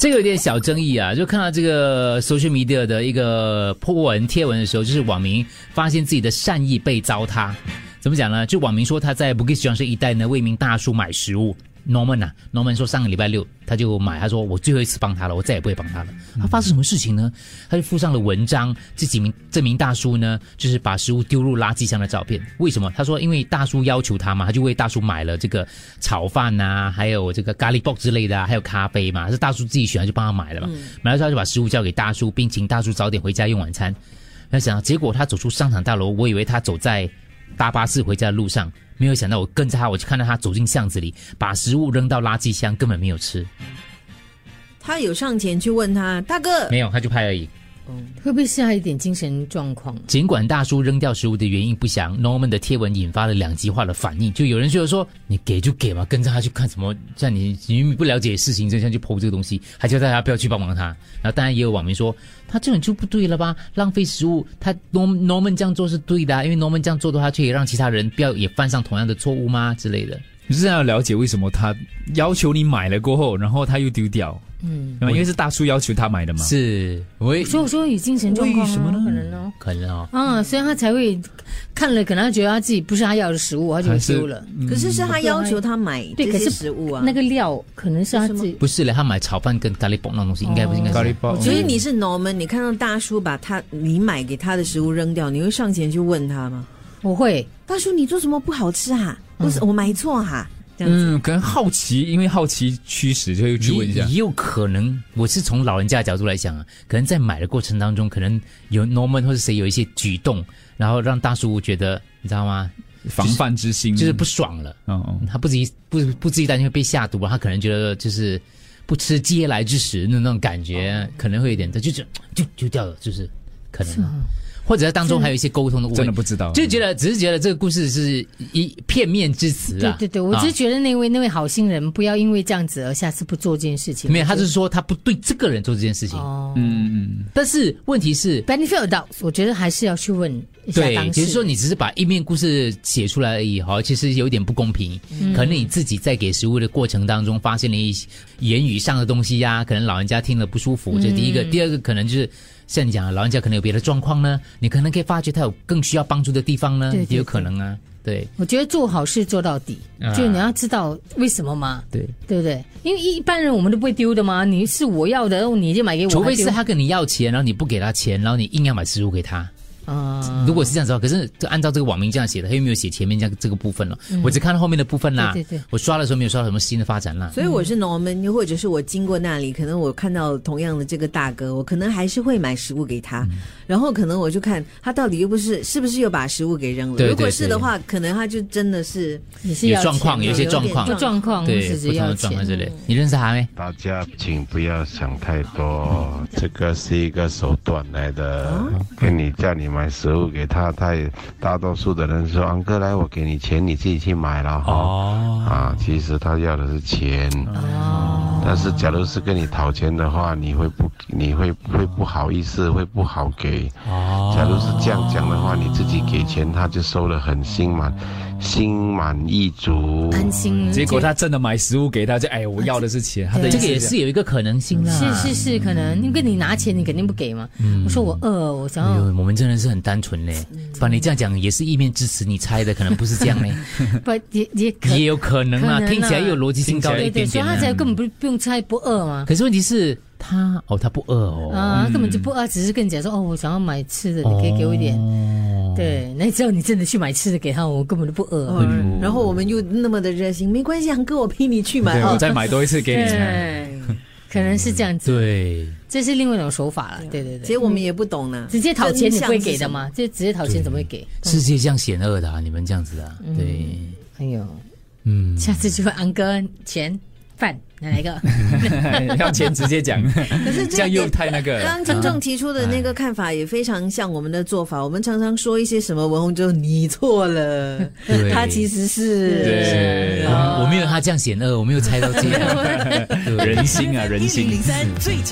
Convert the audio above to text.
这个有点小争议啊，就看到这个 social media 的一个破文贴文的时候，就是网民发现自己的善意被糟蹋。怎么讲呢？就网民说他在 Bugis Junction 一带呢为一名大叔买食物，Norman 啊，Norman 说上个礼拜六他就买，他说我最后一次帮他了，我再也不会帮他了。他发生什么事情呢？他就附上了文章，这几名这名大叔呢，就是把食物丢入垃圾箱的照片。为什么？他说因为大叔要求他嘛，他就为大叔买了这个炒饭呐、还有这个咖喱 box 之类的、啊，还有咖啡嘛，是大叔自己选，他就帮他买了嘛。买了之后他就把食物交给大叔，并请大叔早点回家用晚餐。没想到，结果他走出商场大楼，我以为他走在搭巴士回家的路上，没有想到我跟着他，我就看到他走进巷子里，把食物扔到垃圾箱，根本没有吃，他有上前去问他大哥，没有，他就拍而已。会不会是他有点精神状况？尽管大叔扔掉食物的原因不详，Norman 的贴文引发了两极化的反应，就有人觉得说你给就给嘛，跟着他去看什么？像你你不了解事情真相就剖这个东西，还叫大家不要去帮忙他。然后当然也有网民说他这种就不对了吧，浪费食物，他 Norm Norman 这样做是对的、啊，因为 Norman 这样做的话，却也让其他人不要也犯上同样的错误吗之类的。你是要了解为什么他要求你买了过后，然后他又丢掉，嗯，因为是大叔要求他买的嘛。是，我也所以我说有精神状况、啊，为什么呢可能哦，可能哦，啊，所以他才会看了，可能他觉得他自己不是他要的食物，他就还是丢了。可是是他要求他买对这可些是食物啊。那个料可能是他自己不是嘞，他买炒饭跟咖喱棒那种东西，应该不是应该咖喱是。包，所以你是 Norman，你看到大叔把他你买给他的食物扔掉，你会上前去问他吗？我会大叔，你做什么不好吃啊？嗯不是、我买错哈、这样子。嗯，可能好奇，因为好奇驱使，就又去问一下也。也有可能，我是从老人家的角度来讲啊，可能在买的过程当中，可能有 Norman 或者谁有一些举动，然后让大叔觉得，你知道吗？防范之心，就是不爽了，嗯，嗯他不自己不不自己担心会被下毒啊，他可能觉得就是不吃嗟来之食的那种感觉，哦可能会有点，他就是就就掉了，就是可能啊、或者在当中还有一些沟通的误真会的。不知道，就觉得，只是觉得这个故事是一片面之词对啊。对对，我只啊是觉得那位、那位好心人不要因为这样子而下次不做这件事情。没有，他就是说他不对这个人做这件事情。哦嗯嗯但是问题是， ，benefit 到，我觉得还是要去问一下当对，事只是说人你只是把一面故事写出来而已，哈，其实有点不公平。嗯可能你自己在给食物的过程当中，发现了一些言语上的东西呀、可能老人家听了不舒服，这是第嗯一个。第二个可能就是像你讲的，老人家可能有别的状况呢，你可能可以发觉他有更需要帮助的地方呢对，对也有可能啊。对我觉得做好事做到底，啊就你要知道为什么嘛，对，对不对？因为一般人我们都不会丢的嘛，你是我要的，你就买给我，除非是还他跟你要钱，然后你不给他钱，然后你硬要买食物给他。丢啊，如果是这样子的话，可是就按照这个网名这样写的，他又没有写前面这样这个部分了，我只看到后面的部分啦。嗯对对对我刷的时候没有刷到什么新的发展啦。所以我是 Norman，又或者是我经过那里，可能我看到同样的这个大哥，我可能还是会买食物给他，然后可能我就看他到底又不是是不是又把食物给扔了。对对如果是的话，可能他就真的是也是有要状钱况的有一些有状点况有状况，对只不是同要的状钱哦况。之类。你认识他没？大家请不要想太嗯多，这个是一个手段来的。哦跟你叫你买食物给他，他也大多数的人说：“安哥来，我给你钱，你自己去买了。”哈哦，啊，其实他要的是钱。哦，但是，假如是跟你讨钱的话，你会不你会会不好意思，会不好给。哦假如是这样讲的话，你自己给钱，他就收了很心满，心满意足。安心。结果他真的买食物给他，就哎，我要的是钱，他的意这思个也这样是有一个可能性啦。是是是，可嗯能因为你拿钱，你肯定不给嘛。我说我饿，我想哎呦要，我们真的是很单纯嘞，嗯把你这样讲也是一面之词，你猜的可能不是这样 嘞，不也也可也有可能啊，可能啊听起来又有逻辑性高了对一对，点所以点他才啊。根本不不用猜，不饿嘛。可是问题是，他哦，他不饿哦，啊，他根本就不饿，只是跟你讲说哦，我想要买吃的，你可以给我一点。对，那只要你真的去买吃的给他，我根本就不哦饿。嗯然后我们又那么的热心，没关系，安哥，我陪你去买 对，我啊。再买多一次给你。对，嗯 可能是这样子，对，这是另外一种手法了。对对其实对，我们也不懂呢，直接讨钱你真不相会是给的什么？嘛？这直接讨钱怎么会给？世界这样险恶的啊，你们这样子的啊，对，哎呦，嗯，下次就会安哥钱饭哪一个？ 要钱直接讲，可是这样又太那个了。刚刚听众提出的那个看法也非常像我们的做法。我们常常说一些什么文红就你错了对，他其实是对， 我我没有他这样险恶，我没有猜到这样。 人心啊，人一零心零。三最强。